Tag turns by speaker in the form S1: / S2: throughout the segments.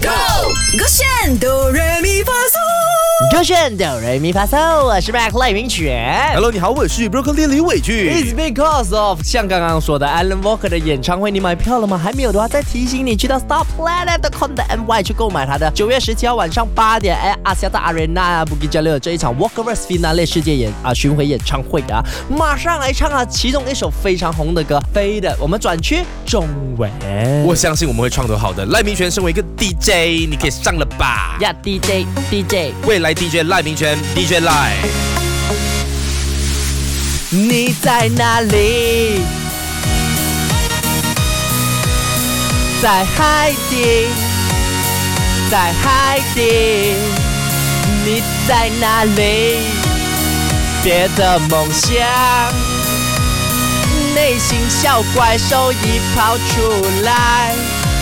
S1: Go，勾选哆来咪发嗦。
S2: 歌炫哆瑞咪发嗦，我是 Mac 赖明全。
S3: Hello，你好，我是 Broccoli 李伟
S2: It's
S3: 俊。
S2: because of 像刚刚说的 Alan Walker 的演唱会，你买票了吗？还没有的话，再提醒你去到 Star Planet 的 com 的 my 去购买它的九月十七号晚上八点，哎，阿西亚的 Arena Bukit Jalil 这一场 Walkerverse Finale 世界演啊巡回演唱会啊，马上来唱啊其中一首非常红的歌《飞的》，我们转去中文。
S3: 我相信我们会创投好的。赖明权身为一个 DJ，你可以上了吧？
S2: 呀 DJ DJ。
S3: 未来 DJ 赖明权，DJ 赖。
S2: 你在哪里？在海底，在海底，你在哪里？别的梦想，内心小怪兽已跑出来，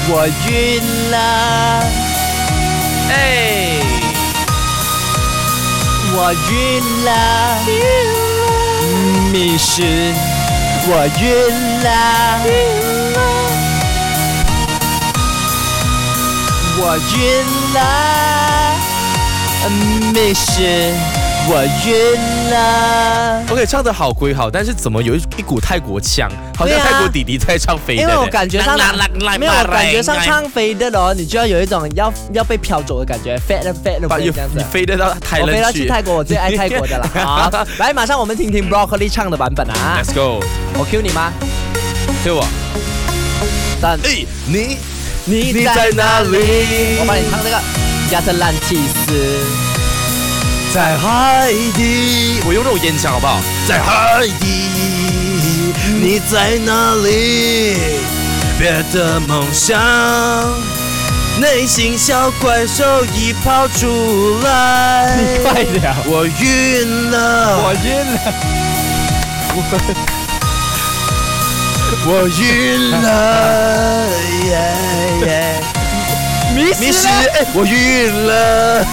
S2: 我晕了，
S3: 哎，
S2: 我晕了，迷失，我晕了。我晕了，没事，我晕了。
S3: OK，唱的好归好，但是怎么有一一股泰国腔，好像
S2: 对啊
S3: 泰国弟弟在唱飞的
S2: 因
S3: 呢。
S2: 为我感觉上
S3: 啦啦啦啦
S2: 没有，我感觉上
S3: 啦啦
S2: 唱飞的哦，你就要有一种要要被飘走的感觉，fat 的 fat 的
S3: 把
S2: fat
S3: 你
S2: 这样子
S3: 你。飞得到泰
S2: 我飞到
S3: 人
S2: 去泰国，我最爱泰国 的了。好，来，马上我们听听 Broccoli 唱的版本啊！
S3: Let's go，
S2: 我 Q 你吗？
S3: 对我。
S2: 三，
S3: 哎，你
S2: 你
S3: 你在哪里？
S2: 我帮你唱这个亚特兰蒂斯。
S3: 在海底，我用那种烟枪好不好？在海底，你在哪里？别的梦想，内心小怪兽已跑出来。
S2: 你快点
S3: 我晕了，啊我
S2: 晕了，
S3: 我晕 了，耶耶，
S2: 迷
S3: 迷失，哎我晕了。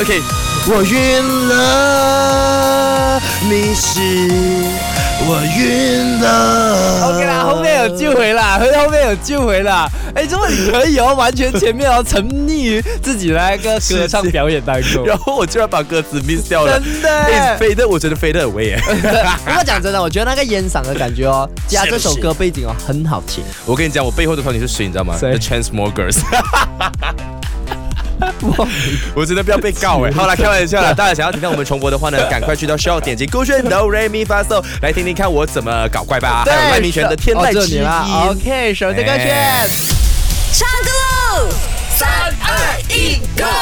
S3: OK，我晕了，迷失，我晕了。
S2: OK 啦，后面有救回啦，后面有救回啦。哎，这么你可以哦，完全前面哦沉溺于自己的那个歌唱表演当 中。
S3: 然后我居然把歌词 miss 掉了。
S2: 真的
S3: 哎飞的，我觉得飞得很威耶。
S2: 不过讲真的，我觉得那个烟嗓的感觉 哦，加这首歌背景哦很好 听。
S3: 我跟你讲，我背后的团体是谁，你知道吗
S2: 谁
S3: ？The Transmogers。我真的不要被告 哎、好啦，开玩笑啦。大家想要听到我们重播的话呢，赶快去到 Show 点击勾选 Do Re Mi Fa So 来听听看我怎么搞怪 吧。还有赖明权的天
S2: 哦
S3: 籁
S2: 这
S3: 之
S2: 你
S3: 音。
S2: 啦哎 OK，首先歌曲。
S3: 哎
S1: 唱歌喽，三二一，Go。